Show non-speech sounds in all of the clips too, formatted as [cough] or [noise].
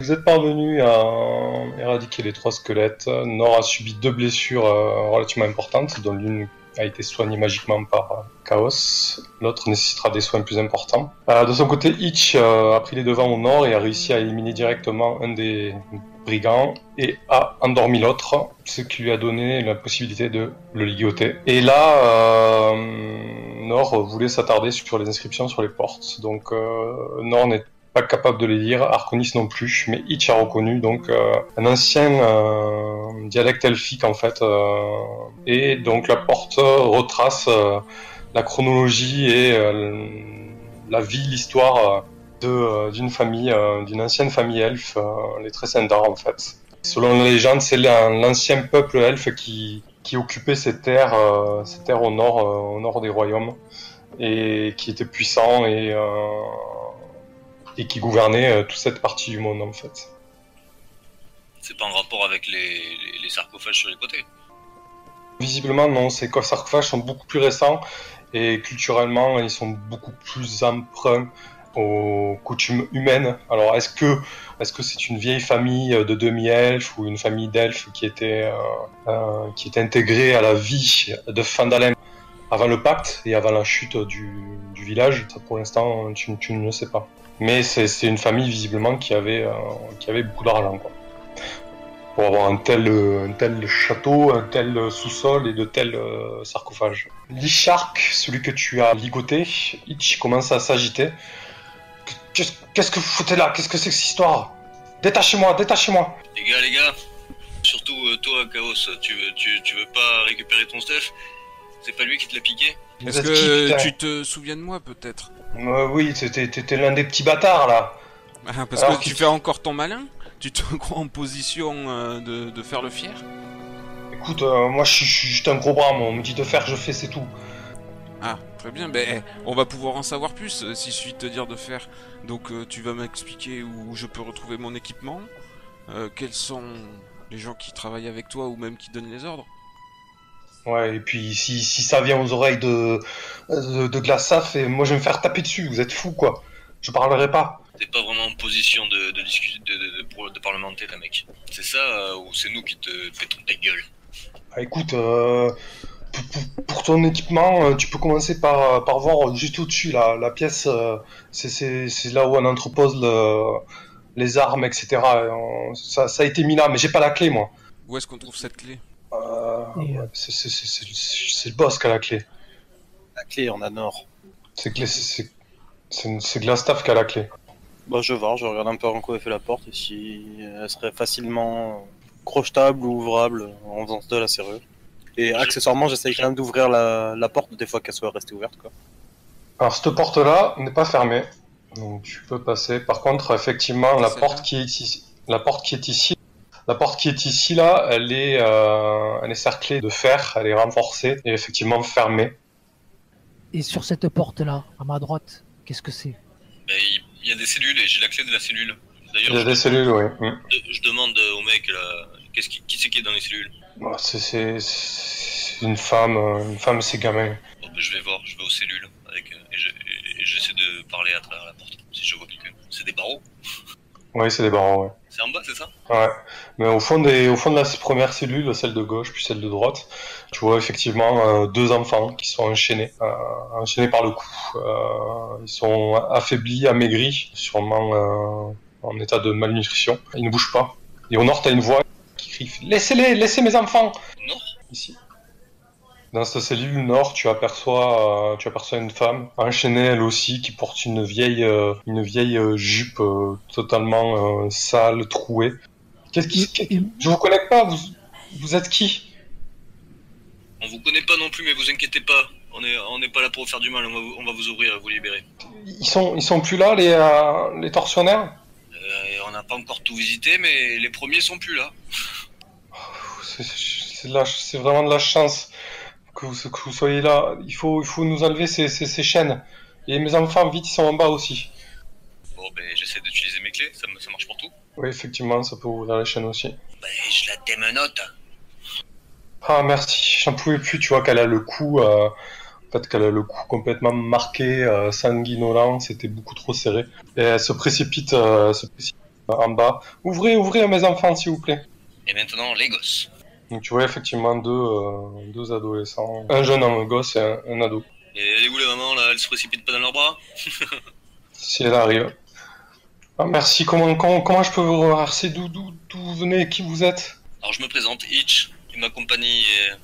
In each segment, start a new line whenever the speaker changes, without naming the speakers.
Vous êtes parvenu à euh, éradiquer les trois squelettes. Nora a subi deux blessures euh, relativement importantes, dont l'une a été soignée magiquement par euh, Chaos. L'autre nécessitera des soins plus importants. Euh, de son côté, Itch euh, a pris les devants au nord et a réussi à éliminer directement un des brigands et a endormi l'autre, ce qui lui a donné la possibilité de le ligoter. Et là, euh, Nord voulait s'attarder sur les inscriptions sur les portes. Donc euh, Nord n'est pas capable de les lire, Arconis non plus, mais Itch a reconnu donc euh, un ancien euh, dialecte elfique en fait. euh, et donc la porte retrace euh, la chronologie et euh, la vie, l'histoire euh, de, euh, d'une famille, euh, d'une ancienne famille elfe, euh, les Trescendants en fait. Selon la légende, c'est l'un- l'ancien peuple elfe qui, qui occupait ces terres, euh, ces terres au nord, euh, au nord des royaumes, et qui était puissant et, euh, et qui gouvernait euh, toute cette partie du monde en fait.
C'est pas en rapport avec les, les- les sarcophages sur les côtés.
Visiblement, non, ces co- sarcophages sont beaucoup plus récents et culturellement, ils sont beaucoup plus emprunts aux coutumes humaines. Alors, est-ce que est-ce que c'est une vieille famille euh, de demi-elfes ou une famille d'elfes qui était euh, euh, qui était intégrée à la vie de Fandalem avant le pacte et avant la chute du, du village Ça, pour l'instant, tu, tu ne le sais pas. Mais c'est c'est une famille visiblement qui avait euh, qui avait beaucoup d'argent, quoi pour avoir un tel, euh, un tel château, un tel euh, sous-sol et de tels euh, sarcophages. L'Ichark, celui que tu as ligoté, Itch commence à s'agiter. Qu'est-ce qu'est-ce que vous foutez là Qu'est-ce que c'est que cette histoire Détachez-moi, détachez-moi
Les gars, les gars, surtout euh, toi, Chaos, tu veux, tu, tu veux pas récupérer ton stuff C'est pas lui qui te l'a piqué
Vous
Est-ce
êtes qui,
que
putain
tu te souviens de moi peut-être [laughs]
Euh, Oui, t'étais t'étais l'un des petits bâtards là.
Ah, Parce
Alors
que
qu'il-
tu fais encore ton malin Tu te [laughs] crois en position euh, de, de faire le fier
Écoute, euh, moi je suis je suis juste un gros bras, moi. on me dit de faire, je fais, c'est tout.
Ah, très bien, ben eh, on va pouvoir en savoir plus euh, si je suis de te dire de faire. Donc euh, tu vas m'expliquer où je peux retrouver mon équipement, euh, quels sont les gens qui travaillent avec toi ou même qui donnent les ordres.
Ouais, et puis si, si ça vient aux oreilles de, euh, de, de Glassaf, et moi je vais me faire taper dessus, vous êtes fous quoi. Je parlerai pas.
T'es pas vraiment en position de, de discuter, de, de, de pro- de parlementer, là, mec. C'est ça euh, ou c'est nous qui te pétons ta gueule
Bah, écoute, euh, pour, pour- pour ton équipement, euh, tu peux commencer par, par voir juste au-dessus là, la pièce. euh, c'est- c'est c'est là où on entrepose le- les armes, etc. Et on- ça, ça a été mis là, mais j'ai pas la clé moi.
Où est-ce qu'on trouve cette clé
Euh,
Et, euh,
c'est c'est- c'est- c'est- c'est le boss qui a la clé.
La clé, on a Nord.
C'est clé- c'est- c'est- c'est Glastaff qui a la clé.
Bah, je vais voir, je regarde un peu en quoi elle fait la porte et si elle serait facilement crochetable ou ouvrable en faisant de la serrure. Et accessoirement, j'essaye quand même d'ouvrir la, la porte des fois qu'elle soit restée ouverte. Quoi.
Alors cette porte là n'est pas fermée, donc tu peux passer. Par contre, effectivement, la
Celle-là
porte qui est ici, la porte qui est ici, la porte qui est ici là, elle est, euh, elle est cerclée de fer, elle est renforcée et effectivement fermée.
et sur cette porte-là, à ma droite, qu'est-ce que c'est
Ben, il il y a des cellules et j'ai la clé de la cellule.
Il y a
D'ailleurs,
des cellules, oui. Mm.
je, je demande euh, au mec, là, qu'est-ce qui, qui c'est qui est dans les cellules
Bon, c'est- C'est c'est une femme, euh, une femme, c'est gamin.
Bon, ben, Je vais voir, je vais aux cellules avec, euh, et je- et- et j'essaie de parler à travers la porte, si je vois quelqu'un. C'est des barreaux
Oui, c'est des barreaux. ouais.
C'est en bas, c'est ça
Ouais, mais au fond des, au fond de la première cellule, celle de gauche puis celle de droite, tu vois effectivement euh, deux enfants qui sont enchaînés, euh, enchaînés par le cou. Euh, ils sont affaiblis, amaigris, sûrement euh, en état de malnutrition. Ils ne bougent pas. Et au nord, t'as une voix qui crie Laissez-les, laissez mes enfants
Non
ici. Dans cette cellule nord, tu aperçois, euh, tu aperçois une femme enchaînée elle aussi qui porte une vieille, euh, une vieille euh, jupe euh, totalement euh, sale, trouée. Qu'est-ce qui, qu'est-
Et- et-
je vous connais pas. Vous, vous êtes qui
On vous connaît pas non plus, mais vous inquiétez pas. On est, on n'est pas là pour vous faire du mal, on va, vous- on va vous ouvrir et vous libérer.
Ils sont, ils sont plus là les, euh, les tortionnaires.
Euh, et on n'a pas encore tout visité, mais les premiers sont plus là.
Pff, C'est c'est de la- c'est vraiment de la chance que vous, que vous soyez là. Il faut, il faut nous enlever ces, ces, ces chaînes. Et mes enfants, vite, ils sont en bas aussi.
Bon, ben j'essaie d'utiliser mes clés, ça, me- ça marche pour tout.
Oui, effectivement, ça peut ouvrir les chaînes aussi.
Ben je la démenote.
Ah merci, j'en pouvais plus, tu vois qu'elle a le cou, euh, en fait qu'elle a le cou complètement marqué, euh, sanguinolent, c'était beaucoup trop serré. Et elle se précipite, euh, elle se précipite, euh, en bas. Ouvrez, ouvrez à mes enfants, s'il vous plaît.
Et maintenant, les gosses.
Donc tu vois effectivement deux, euh, deux adolescents, un jeune homme gosse et un, un ado.
Et elle est où la maman là Elle se précipite pas dans leurs bras
Si elle arrive. Ah, merci, comment, comment, comment je peux vous remercier D'où d'où- d'où vous venez Qui vous êtes
Alors je me présente, Hitch, et ma compagnie est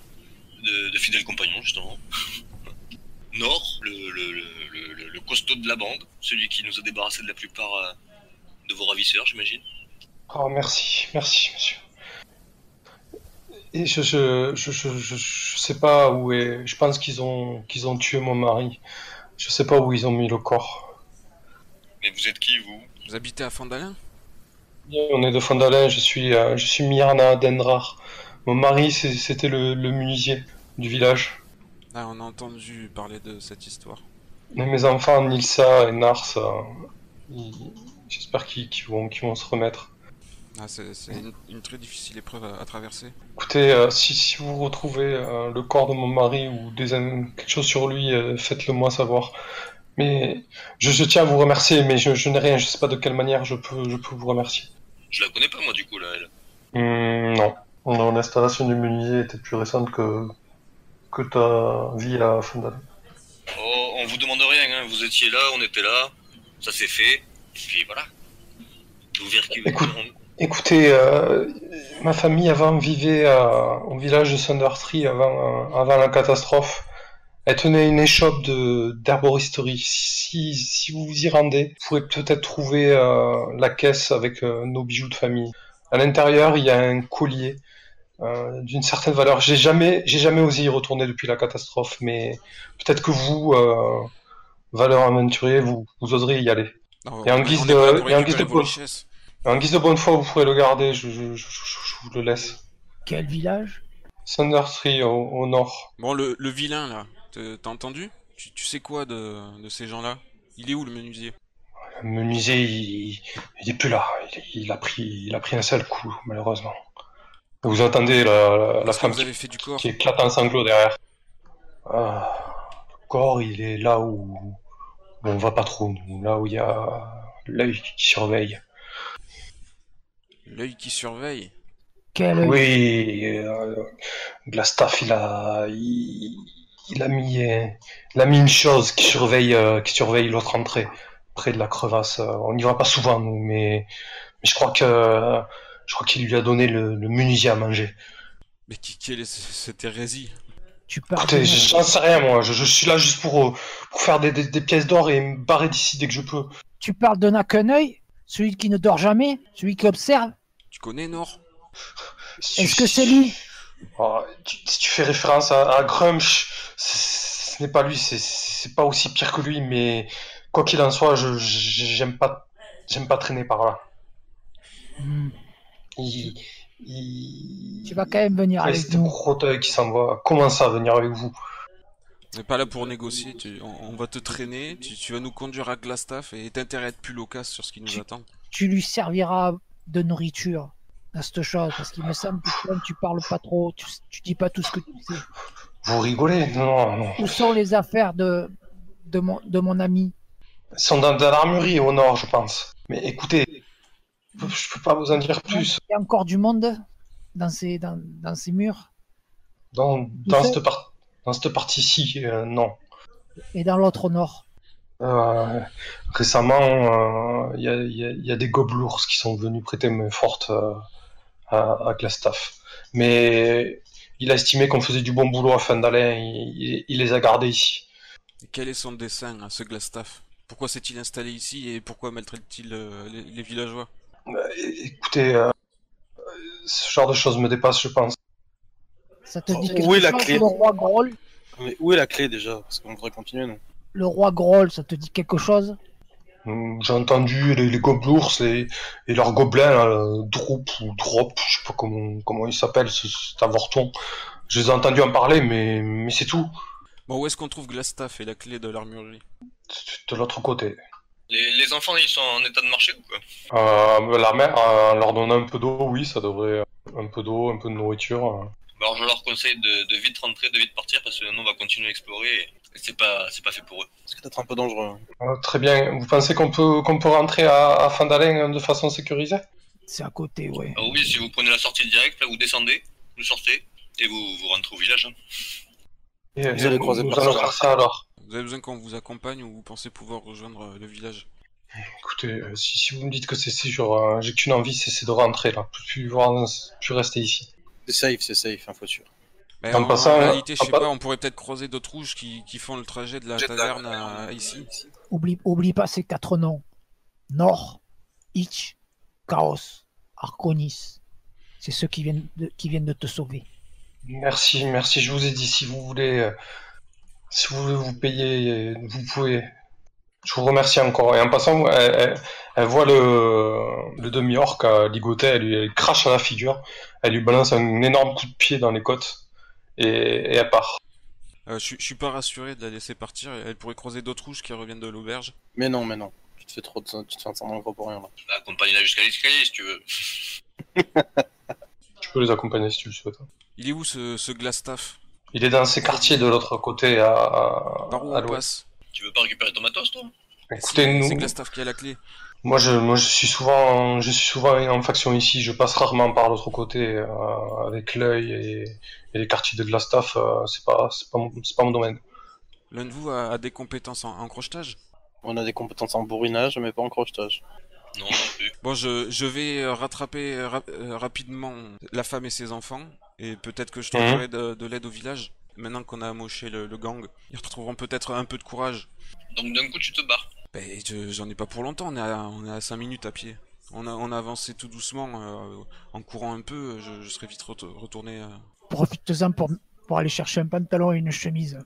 de, de fidèles compagnons, [laughs] justement. Nord, le, le- le- le- le- le costaud de la bande, celui qui nous a débarrassé de la plupart euh, de vos ravisseurs, j'imagine.
Oh, merci, merci, monsieur. Et je, je, je, je, je, je sais pas où est. Je pense qu'ils ont, qu'ils ont tué mon mari. Je sais pas où ils ont mis le corps.
Mais vous êtes qui, vous
Vous habitez à Fandalin
On est de Fondalin, je suis, euh, je suis Myrna Dendrar. Mon mari, c'est- c'était le, le menuisier du village.
Ah, on a entendu parler de cette histoire.
Et mes enfants, Nilsa et Nars, euh, ils- j'espère qu'ils qu'ils vont, qu'ils vont se remettre.
Ah, c'est c'est
Mm.
une, une très difficile épreuve à, à traverser.
Écoutez, euh, si, si vous retrouvez euh, le corps de mon mari ou des, in- quelque chose sur lui, euh, faites-le moi savoir. Mais je, je tiens à vous remercier, mais je, je n'ai rien, je sais pas de quelle manière je peux, je peux vous remercier.
Je la connais pas, moi, du coup, là, elle.
Hmm, non. Non, L'installation du meunier était plus récente que, que ta vie à Fondal.
Oh, on vous demande rien, hein. vous étiez là, on était là, ça s'est fait, et puis voilà. Vous verrez que-
Écoute.
on-
Écoutez, euh, ma famille avant vivait à- au village de Sundertree avant, euh, avant la catastrophe. Elle tenait une échoppe de d'herboristerie. Si, si vous vous y rendez, vous pourrez peut-être trouver euh, la caisse avec euh, nos bijoux de famille. À l'intérieur, il y a un collier euh, d'une certaine valeur. J'ai jamais, j'ai jamais osé y retourner depuis la catastrophe, mais peut-être que vous, euh, valeur aventurier, vous, vous oserez y aller.
Non,
Et en
on-
guise
on est
de-
là pour
et en
récupérer
guise de
vos
pauvre.
richesses.
En guise de bonne foi, vous pouvez le garder. Je, je- je- je- je vous le laisse.
Quel village
Thunder Tree au, au nord.
Bon, le, le vilain là, te- t'as entendu tu, tu sais quoi de, de ces gens-là Il est où le menuisier
Le menuisier, il, il est plus là. Il, il a pris, il a pris un seul coup, malheureusement. Vous entendez la, la, la
Est-ce que
femme
vous
qui,
avez fait du corps
qui éclate en sanglots derrière. Ah, le corps, il est là où où on va pas trop, nous, là où il y a l'œil qui surveille.
L'œil qui surveille
Quel
Oui, euh, Glastaff, il a, il, il a mis, euh, il a mis une chose qui surveille, euh, qui surveille l'autre entrée, près de la crevasse. Euh, On n'y va pas souvent, nous, mais, mais je crois que, je crois qu'il lui a donné le, le munisier à manger.
Mais qui, quelle est ce- cette hérésie
Tu parles
Écoutez,
de-
je- j'en sais rien, moi. Je, je suis là juste pour, euh, pour faire des, des, des pièces d'or et me barrer d'ici dès que je peux.
Tu parles de n'a qu'un œil Celui qui ne dort jamais Celui qui observe
Tu connais Nord
Si-
Est-ce que
si-
c'est lui
Oh, tu- si tu fais référence à, à Grumsh, c- c- ce n'est pas lui, c'est- c'est pas aussi pire que lui, mais quoi qu'il en soit, je je- j'aime pas, j'aime pas traîner par là.
Hmm,
Il, il-
Tu vas quand même venir avec
Reste
nous.
Roteuil qui s'en va. Comment ça, venir avec vous
On n'est pas là pour négocier, tu- on, on va te traîner, tu, tu vas nous conduire à Glastaff et t'as intérêt à être plus loquace sur ce qui nous
Tu-
attend.
Tu lui serviras de nourriture à cette chose, parce qu'il me semble que toi, tu parles pas trop, tu, tu dis pas tout ce que tu sais.
Vous rigolez Non, non.
Où sont les affaires de, de, mon, de mon ami
Ils sont dans, dans l'armurerie au nord, je pense. Mais écoutez, je peux- je peux pas vous en dire plus.
Il y a encore du monde dans ces, dans, dans ces murs
Dans, dans
fait-
cette par- dans cette partie-ci, euh, non.
et dans l'autre au nord.
Euh, récemment, il y, a, y a des gobelours qui sont venus prêter main forte euh, à, à Glastaff. Mais il a estimé qu'on faisait du bon boulot à Fandalin, il, il- il les a gardés ici.
Et quel est son dessein à ce Glastaff Pourquoi s'est-il installé ici et pourquoi maltraite-t-il euh, les, les villageois
Euh, é- écoutez, euh, ce genre de choses me dépasse, je pense.
Ça te dit quelque
Où est la
chose,
clé
le roi Groll
Mais où est la clé déjà Parce qu'on devrait continuer, non
Le roi Groll, ça te dit quelque chose
Hum, J'ai entendu les, les gobelours les, et leurs gobelins, là, le Droop ou Drop, je sais pas comment, comment ils s'appellent, ce- cet avorton. Je les ai entendus en parler, mais, mais c'est tout.
Bon, où est-ce qu'on trouve Glastaff et la clé de l'armurerie
C'est De l'autre côté.
les, les enfants, ils sont en état de marché ou quoi
Euh, la mère, euh, leur donner un peu d'eau, oui, ça devrait. Un peu d'eau, un peu de nourriture. euh.
Mais Bah, alors je leur conseille de, de vite rentrer, de vite partir, parce que maintenant on va continuer à explorer et c'est pas, c'est pas fait pour eux.
C'est peut-être un peu dangereux. hein.
Euh, très bien. Vous pensez qu'on peut, qu'on peut rentrer à, à Fandalin de façon sécurisée
C'est à côté, ouais.
Alors oui, si vous prenez la sortie directe, là vous descendez, vous sortez et vous, vous rentrez au village. hein.
Et-
Vous allez
et
croiser
nous
personne.
allons faire ça alors.
Vous avez besoin qu'on vous accompagne ou vous pensez pouvoir rejoindre euh, le village
Écoutez, euh, si, si vous me dites que c'est sûr, euh, j'ai qu'une envie, c'est c'est de rentrer là. Plus, plus, plus, rester ici.
C'est safe, c'est safe, hein, faut être sûr.
Ben,
En
en, en
passant, euh,
réalité, je
en
sais
pa-
pas, on pourrait peut-être croiser d'autres rouges qui, qui font le trajet de la hein. taverne à ici.
Oublie, oublie pas ces quatre noms. Nord, Itch, Chaos, Arconis. C'est ceux qui viennent, de, qui viennent de te sauver.
Merci, merci. Je vous ai dit, si vous voulez, euh, si vous voulez vous payer, euh, vous pouvez. Je vous remercie encore. Et en passant, elle, elle- elle voit le, le demi-orc euh, ligoté, elle lui elle crache à la figure, elle lui balance un énorme coup de pied dans les côtes et, et elle part.
Euh, je suis- je suis pas rassuré de la laisser partir. Elle pourrait croiser d'autres rouges qui reviennent de l'auberge.
Mais non, mais non. Tu te fais trop de, tu te fais un semblant gros pour rien là.
Bah, Accompagnez-la jusqu'à l'escalier si tu veux.
Tu peux les accompagner si tu le souhaites.
Il est où ce, ce Glastaff
Il est dans ses quartiers de l'autre côté à, à,
Par où
à
on
l'ouest.
passe
Tu veux pas récupérer ton matos toi
Écoutez,
Si,
nous,
C'est Glastaff qui a la clé.
Moi je, moi, je suis souvent, je suis souvent en faction ici. Je passe rarement par l'autre côté euh, avec l'œil et, et les quartiers de Glastaff. euh, c'est pas, c'est pas, mon- c'est pas mon domaine.
L'un de vous a, a des compétences en, en crochetage
On a des compétences en bourrinage, mais pas en crochetage.
Non, non plus.
Bon, je, je vais euh, rattraper euh, rap- euh, rapidement la femme et ses enfants, et peut-être que je
Mhm.
trouverai de, de l'aide au village. Maintenant qu'on a amoché le, le gang, ils retrouveront peut-être un peu de courage.
Donc d'un coup tu te barres.
Ben, je- j'en ai pas pour longtemps, on est à, on est à 5 minutes à pied. On a, on a avancé tout doucement, euh, en courant un peu, je, je serai vite reto- retourné. euh.
Profite-en pour, pour aller chercher un pantalon et une chemise.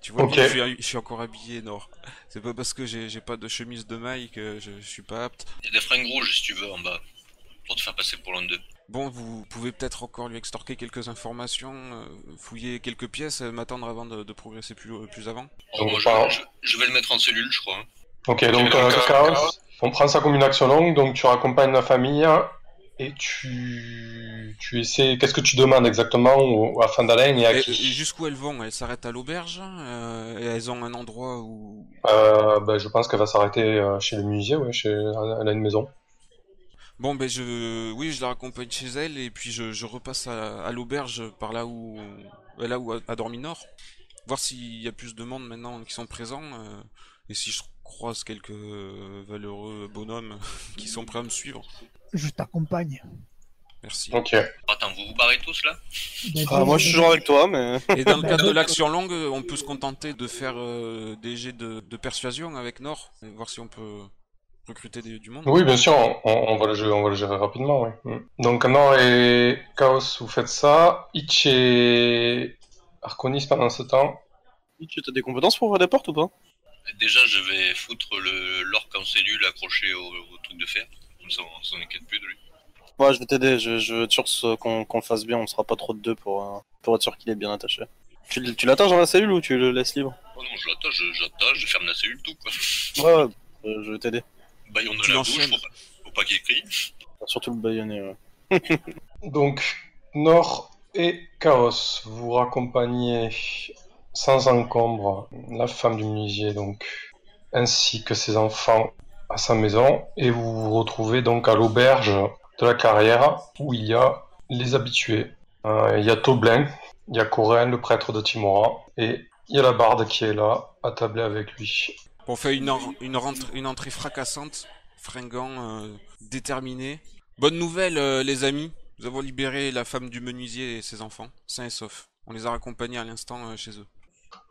Tu vois,
Ok.
je, suis, je suis encore habillé nord. C'est pas parce que j'ai j'ai pas de chemise de maille que je, je suis pas apte.
Il y a des fringues rouges si tu veux en bas. Pour te faire passer pour l'un d'eux.
Bon, vous pouvez peut-être encore lui extorquer quelques informations, euh, fouiller quelques pièces, euh, m'attendre avant de, de progresser plus, euh, plus avant.
Oh,
Donc,
moi,
pas-
je, je- je vais le mettre en cellule je crois. hein.
Ok, donc euh, Chaos, on prend ça comme une action longue. Donc tu raccompagnes la famille et tu, tu essaies. Qu'est-ce que tu demandes exactement au- à Fandalin et à
Et, et
qui
jusqu'où elles vont Elles s'arrêtent à l'auberge euh, et elles ont un endroit où...
Euh, ben, je pense qu'elle va s'arrêter euh, chez le musée. Ouais, chez, elle a une maison.
Bon, ben je... Oui, je la raccompagne chez elle et puis je, je repasse à, à l'auberge par là où... euh, Là où a, a dormi Nord. Voir s'il y a plus de monde maintenant qui sont présents euh, et si je croise quelques euh, valeureux bonhommes [laughs] qui sont prêts à me suivre.
Je t'accompagne.
[laughs]
Merci.
Ok.
Attends, vous vous barrez tous là
Ben,
Ah,
ben,
moi je suis
ben,
toujours avec toi, mais.
Et dans le cadre de l'action longue, euh, on peut se contenter de faire euh, des jets de, de persuasion avec Nord, et voir si on peut recruter des- du monde.
Oui, bien sûr, on, on- on va le gérer, on va le gérer rapidement, oui. Mm. Donc, Nord et Chaos, vous faites ça. Itch et Arconis pendant ce temps.
[laughs] Tu as des compétences pour ouvrir des portes ou pas
Déjà, je vais foutre le l'orc en cellule accroché au, au truc de fer. Comme ça, on s'en inquiète plus de lui.
Ouais, je vais t'aider, je, je veux être sûr que ce- qu'on qu'on le fasse bien, on sera pas trop de deux pour, euh, pour être sûr qu'il est bien attaché. Tu, l- tu l'attaches dans la cellule ou tu le laisses libre
Oh non, je l'attache, je- j'attache, je ferme la cellule, tout quoi.
Ouais, ouais, euh, je vais t'aider.
Baillon de
Tu
la bouche,
l'enchaînes.
faut pas, faut pas qu'il crie.
Surtout le baïonné, ouais.
Donc, Nord et Chaos, vous raccompagnez sans encombre la femme du menuisier, donc, ainsi que ses enfants à sa maison. Et vous vous retrouvez donc à l'auberge de la carrière où il y a les habitués. Euh, Il y a Toblin, il y a Corin, le prêtre de Timora, et il y a la barde qui est là, attablée avec lui.
On fait une, en- une, rentre- une entrée fracassante, fringant, euh, déterminé. Bonne nouvelle, euh, les amis. Nous avons libéré la femme du menuisier et ses enfants, sains et saufs. On les a raccompagnés à l'instant euh, chez eux.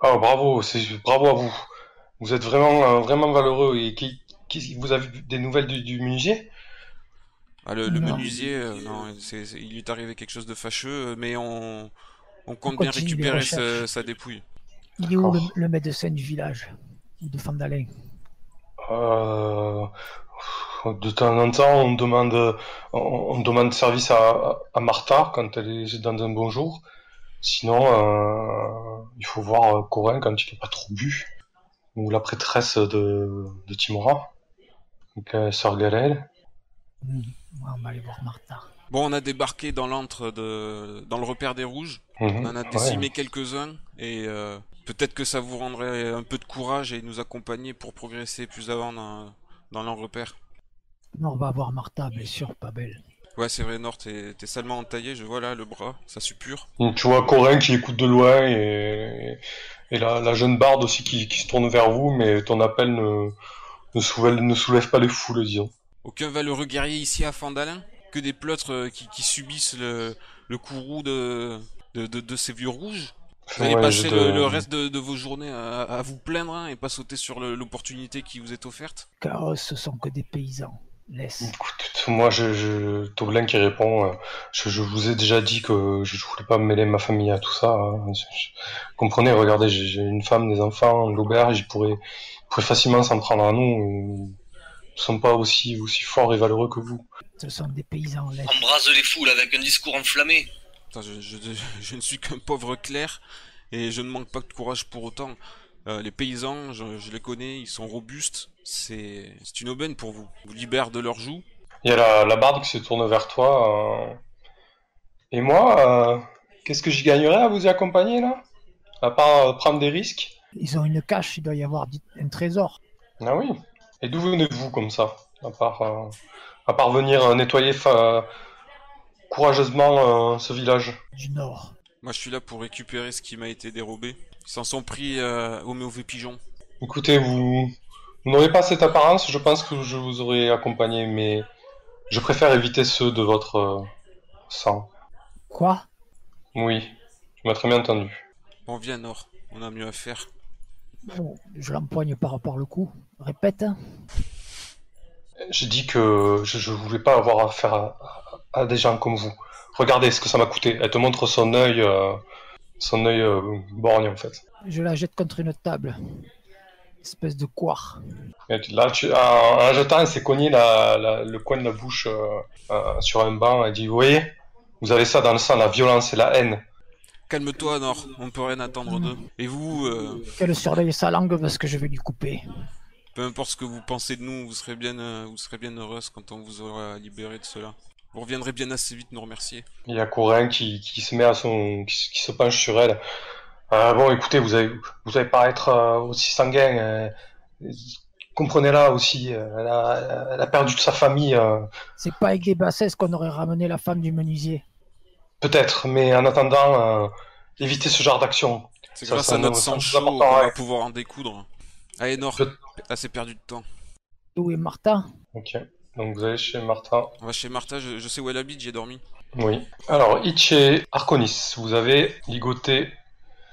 Ah, bravo, c'est bravo à vous. Vous êtes vraiment, euh, vraiment valeureux. Et qui, qui- vous avez des nouvelles du, du menuisier
Ah, le, le
Non.
menuisier, euh, non, c'est- c'est- il lui est arrivé quelque chose de fâcheux, euh, mais on, on compte
On
bien
continue les
récupérer
recherches.
ce- sa dépouille.
Il est où le,
D'accord.
le médecin du village Ou de Fandalin
Euh, De temps en temps, on demande, on, on demande service à, à Martha quand elle est dans un bon jour. Sinon, euh, il faut voir euh, Corin quand il n'a pas trop bu. Ou la prêtresse de, de Timora, donc, euh, Sœur Galel.
Hmm, On va aller voir Martha.
Bon, on a débarqué dans l'antre de... dans le repère des rouges. On
Mhm.
en a
Ouais.
décimé quelques-uns et euh, peut-être que ça vous rendrait un peu de courage et nous accompagner pour progresser plus avant dans, dans leur repère.
Non, on va voir Martha, bien sûr, pas belle.
Ouais, c'est vrai, Nord, t'es t'es salement entaillé, je vois là le bras, ça suppure.
Donc, tu vois Corin qui écoute de loin et, et la, la jeune barde aussi qui, qui se tourne vers vous, mais ton appel ne, ne, soulève, ne soulève pas les foules, disons.
Aucun valeureux guerrier ici à Fandalin Que des pleutres euh, qui, qui subissent le, le courroux de, de, de- de ces vieux rouges Vous allez
Ouais,
passer
j'ai
le,
de-
le reste de, de vos journées à, à vous plaindre hein, et pas sauter sur le- l'opportunité qui vous est offerte
Chaos, ce sont que des paysans. Laisse.
Écoute, moi, je, je, Tobelin qui répond, euh, je, je vous ai déjà dit que je je voulais pas mêler ma famille à tout ça. hein. Je- je- comprenez, regardez, j'ai j'ai une femme, des enfants, de l'auberge, ils pourraient, ils pourraient facilement s'en prendre à nous. Ils sont pas aussi, aussi forts et valeureux que vous.
Ce sont des paysans. Laisse.
Embrase les foules avec un discours enflammé.
Putain, je, [laughs] je- je ne suis qu'un pauvre clerc et je ne manque pas de courage pour autant. Euh, les paysans, je, je les connais, ils sont robustes. C'est c'est une aubaine pour vous. Ils vous libère de leurs joues.
Il y a la, la barde qui se tourne vers toi. euh, Et moi, euh, qu'est-ce que j'y gagnerais à vous y accompagner là À part euh, prendre des risques
Ils ont une cache, il doit y avoir dit- un trésor.
Ah oui. Et d'où venez-vous comme ça À part, euh, à part venir euh, nettoyer fa- courageusement euh, ce village.
Du nord.
Moi, je suis là pour récupérer ce qui m'a été dérobé. Ils s'en sont pris euh, aux mauvais pigeons.
Écoutez, vous, vous n'aurez pas cette apparence, je pense que je vous aurais accompagné, mais je préfère éviter ceux de votre euh, sang.
Quoi
Oui, tu m'as très bien entendu.
Bon, viens, Nord, on a mieux à faire.
Bon, Je l'empoigne par, par le cou. Répète. hein.
J'ai dit que je ne voulais pas avoir affaire à, à- à des gens comme vous. Regardez ce que ça m'a coûté. Elle te montre son œil, euh, son œil euh, borgne en fait.
Je la jette contre une table. Espèce de coir.
Et tu- là, tu, en, en jetant, elle s'est cognée la- la- le coin de la bouche euh, euh, sur un banc. Elle dit, vous voyez, vous avez ça dans le sang, la violence et la haine.
Calme-toi, Nord, on ne peut rien attendre d'eux. Et vous, euh,
Qu'elle surveille sa langue parce que je vais lui couper.
peu importe ce que vous pensez de nous, vous serez bien, euh, vous serez bien heureuse quand on vous aura libéré de cela. Vous reviendrez bien assez vite nous remercier.
Il y a Corin qui, qui se met à son, qui, se- qui se penche sur elle. Euh, bon, écoutez, vous avez, vous allez pas être euh, aussi sanguin. euh, Comprenez-la aussi. euh, Elle a, elle a perdu de sa famille, euh,
C'est pas avec des bassesses qu'on aurait ramené la femme du menuisier.
peut-être, mais en attendant, euh, évitez ce genre d'action.
C'est
Ça,
grâce
ça
à notre
nous- ça
sang
nous
chaud qu'on
apporte
va
rien.
pouvoir en découdre. Allez, Nord,
Je-
là c'est perdu de temps.
Où est Martha
Ok. Donc vous allez chez Martin.
On va chez Martha, je, je sais où elle habite, j'ai dormi.
Oui. Alors, Itch et Arconis, vous avez ligoté,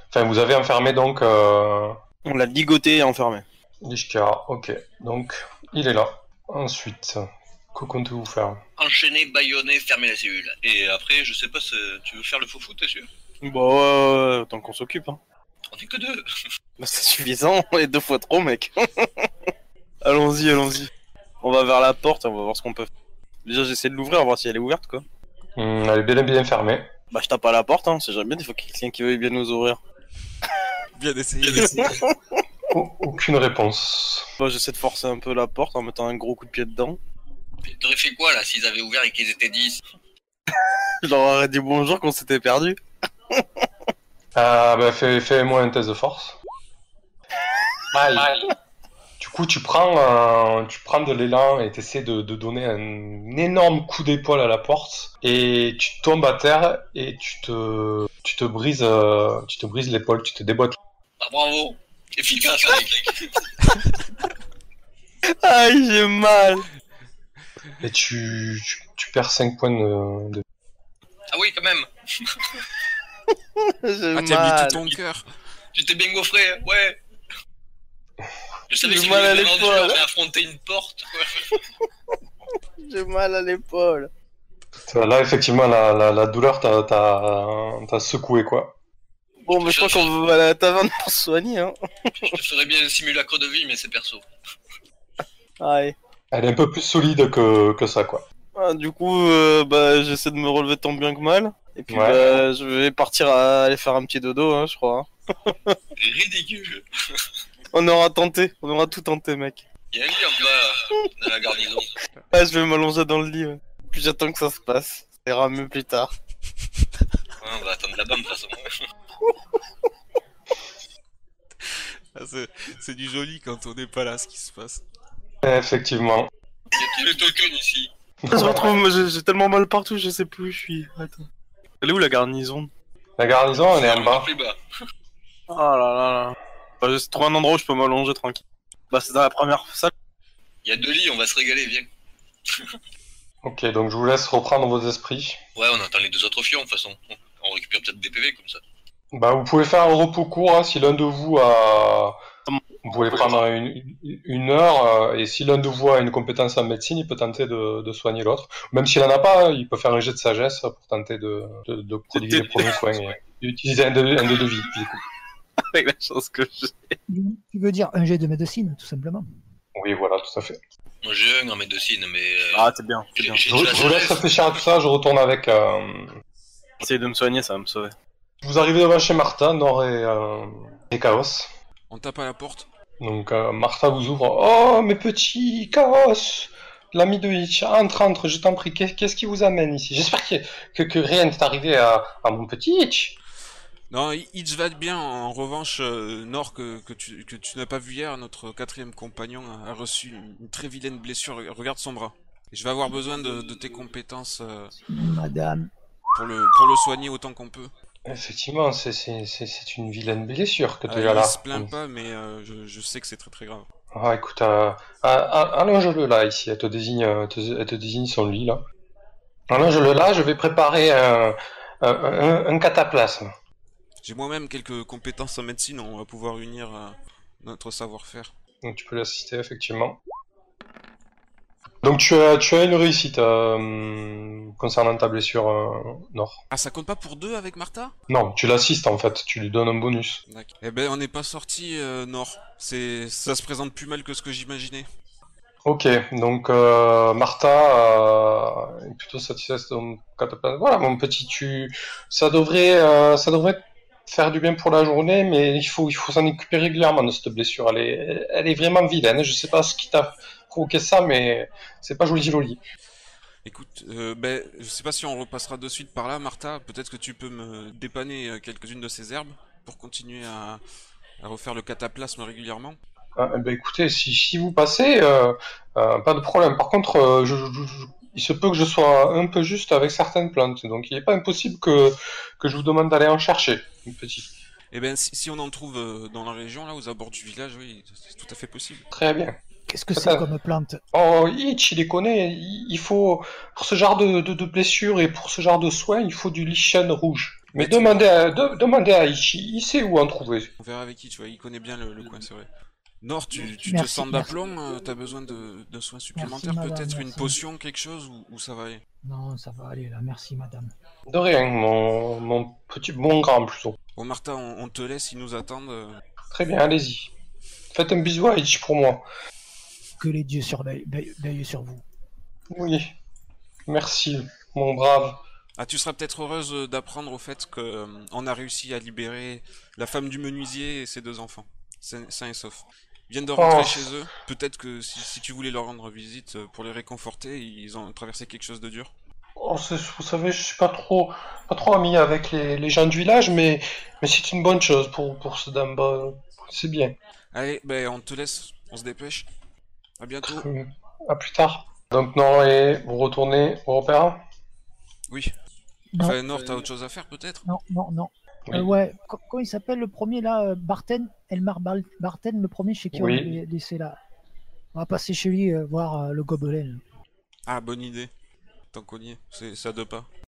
enfin, vous avez enfermé donc euh,
On l'a ligoté et enfermé.
Ishkara. Ok. Donc, il est là. Ensuite, que comptez-vous faire
Enchaîner, bâillonner, fermer la cellule. Et après, je sais pas, si tu veux faire le faux fou, t'es sûr
Bah, Bon, tant qu'on s'occupe, hein.
On est que deux.
Bah, c'est suffisant, et deux fois trop, mec. [laughs] allons-y, allons-y. On va vers la porte, on va voir ce qu'on peut faire. Déjà, j'essaie de l'ouvrir, voir si elle est ouverte, quoi.
Hum, elle est bien bien fermée.
Bah, je tape à la porte, hein, c'est jamais des fois qu'il y a quelqu'un qui veut bien nous ouvrir.
Bien essayé.
Au- aucune réponse.
Bah, j'essaie de forcer un peu la porte en mettant un gros coup de pied dedans. [laughs]
Mais T'aurais fait quoi là s'ils avaient ouvert et qu'ils étaient 10
Je leur aurais dit bonjour qu'on s'était perdu.
Ah bah fais, moi un test de force. Aïe. Du coup tu prends un- tu prends de l'élan et t'essaies de, de donner un énorme coup d'épaule à la porte et tu tombes à terre et tu te tu te brises euh, tu te brises l'épaule tu te déboîtes.
Ah bravo Efficace, mec.
Aïe, Ah, j'ai mal.
et tu tu, tu perds 5 points de, de-
Ah oui, quand même
J'ai
Ah, t'as mis
mal.
tout ton cœur.
Tu t'es bien gaufré, hein, ouais Je savais
J'ai
que si
mal à
vous
l'épaule.
hein.
j'aurais affronté une porte, quoi. [laughs]
J'ai mal à l'épaule.
Là effectivement la, la, la douleur t'a t'a- t'a secoué quoi.
Bon, mais je crois qu'on va à la taverne pour se soigner, hein.
Je te ferais bien un simulacre de vie, mais c'est perso.
Aïe.
Elle est un peu plus solide que, que ça quoi.
Ah, du coup, euh, bah, j'essaie de me relever tant bien que mal. Et puis,
Ouais.
bah, je vais partir à aller faire un petit dodo, hein, je crois. hein.
Ridicule
On aura tenté, on aura tout tenté, mec.
Il y a un lit en bas euh, dans la garnison.
Ah, je vais m'allonger dans le lit. ouais. Puis j'attends que ça se passe. Ça ira mieux plus [laughs] tard.
Ouais, Hein, on va attendre là-bas de toute façon.
Ah, c'est- c'est du joli quand on n'est pas là ce qui se passe.
Effectivement.
Y a-t-il le token ici
Je me retrouve, moi, j'ai j'ai tellement mal partout, je sais plus où je suis. Attends. Elle est où la garnison
La garnison, elle est en bas.
Plus bas.
Oh là là là. Bah, je trouve un endroit où je peux m'allonger tranquille. Bah, c'est dans la première salle.
Il y a deux lits, on va se régaler, viens.
Ok, donc je vous laisse reprendre vos esprits.
Ouais, on attend les deux autres fions de toute façon. On récupère peut-être des PV comme ça.
Bah, vous pouvez faire un repos court hein, si l'un de vous a. Vous pouvez prendre une, une heure euh, et si l'un de vous a une compétence en médecine, il peut tenter de, de soigner l'autre. Même s'il en a pas, hein, il peut faire un jet de sagesse pour tenter de, de, de prodiguer les premiers soins et utiliser un dé un dé de vie. du coup.
Avec [laughs] la chance que j'ai.
Tu veux dire un jet de médecine, tout simplement.
Oui, voilà, tout à fait.
Moi j'ai un en médecine, mais. euh,
Ah, t'es bien, t'es
j'ai-
bien.
j'ai
Je,
déjà la
je vous laisse
sagesse.
réfléchir à tout ça, je retourne avec. euh,
Essaye de me soigner, ça va me sauver.
Vous arrivez devant chez Martha, Nord et, euh, et Chaos.
On tape à la porte.
Donc euh, Martha vous ouvre. Oh, mes petits Chaos L'ami de Hitch, entre, entre, je t'en prie, qu'est- qu'est-ce qui vous amène ici J'espère que, que, que rien n'est arrivé à, à mon petit Hitch.
Non, I- Itch va bien. En revanche, euh, Nor, que, que tu, que tu n'as pas vu hier, notre quatrième compagnon a, a reçu une, une très vilaine blessure. Regarde son bras. Et je vais avoir besoin de, de tes compétences euh,
Madame,
pour le, pour le soigner autant qu'on peut.
Effectivement, c'est- c'est c'est- c'est une vilaine blessure que tu
Euh,
as là.
il se plaint pas, mais euh, je, je sais que c'est très très grave.
Ah, écoute, euh, ah, ah, allonge-le là, ici. Elle te désigne, euh, te- elle te désigne son lit, là. Allonge-le là, je vais préparer un, un, un- un cataplasme.
J'ai moi-même quelques compétences en médecine, on va pouvoir unir euh, notre savoir-faire.
Donc tu peux l'assister, effectivement. Donc tu as, tu as une réussite euh, concernant ta blessure euh, Nord.
Ah, ça compte pas pour deux avec Martha
Non, tu l'assistes en fait, tu lui donnes un bonus.
D'accord. Eh ben, on n'est pas sorti euh, Nord. C'est, ça se présente plus mal que ce que j'imaginais.
Ok, donc euh, Martha euh, est plutôt satisfaite de mon cataplasme. Voilà mon petit, tu, ça devrait, euh, ça devrait faire du bien pour la journée, mais il faut, il faut s'en occuper régulièrement de cette blessure. Elle est, elle est vraiment vilaine. Je sais pas ce qui t'a provoqué ça, mais c'est pas joli joli.
Écoute, euh, ben, je sais pas si on repassera de suite par là, Martha. Peut-être que tu peux me dépanner euh, quelques-unes de ces herbes pour continuer à, à refaire le cataplasme régulièrement.
Ah, eh ben, écoutez, si, si vous passez, euh, euh, pas de problème. Par contre, euh, je- je- je- il se peut que je sois un peu juste avec certaines plantes, donc il n'est pas impossible que, que je vous demande d'aller en chercher une petite.
Eh ben, si, si on en trouve euh, dans la région, là, aux abords du village, oui, c'est tout à fait possible.
Très bien.
qu'est-ce que c'est
Madame.
comme plante
Oh, Hitch, il les connaît. Il, il faut, pour ce genre de, de, de blessure et pour ce genre de soins, il faut du lichen rouge. Mais demandez à, de- demandez à Hitch, il il sait où en trouver.
On verra avec qui, tu vois. Il connaît bien le, le coin, c'est vrai. Nord, tu, tu te
Merci,
sens
merci.
d'aplomb, euh, t'as besoin de, de soins supplémentaires,
madame,
peut-être une
merci.
potion, quelque chose, ou, ou ça va aller
Non, ça va aller là, merci madame.
De rien, mon, mon petit, mon grand plutôt.
Bon, Martha, on, on te laisse, ils nous attendent. euh.
Très bien, allez-y. Faites un bisou à Hitch pour moi.
Que les dieux surveillent veillent- veillent sur vous.
Oui, merci, mon brave.
Ah, tu seras peut-être heureuse euh, d'apprendre au fait que euh, on a réussi à libérer la femme du menuisier et ses deux enfants, sains sains et saufs. Ils viennent de rentrer
Oh.
chez eux. Peut-être que si, si tu voulais leur rendre visite euh, pour les réconforter, ils ont traversé quelque chose de dur.
Oh, c'est- vous savez, je suis pas trop, pas trop ami avec les, les gens du village, mais, mais c'est une bonne chose pour, pour ce dame. bah, C'est bien.
Allez, ben on te laisse, on se dépêche. À bientôt.
Ah.
Euh, À plus tard. Donc, non, et vous retournez au repère
Oui.
Non,
Enfin, Nord, t'as autre chose à faire peut-être
non, non, non.
Oui.
Euh, ouais, co- comment il s'appelle le premier là euh, Barten Elmar Bal- Barten, le premier chez qui
Oui.
on l'avait laissé là. On va passer chez lui euh, voir euh, le gobelin. là.
Ah, bonne idée. Tant qu'on y est, c'est ça de pas.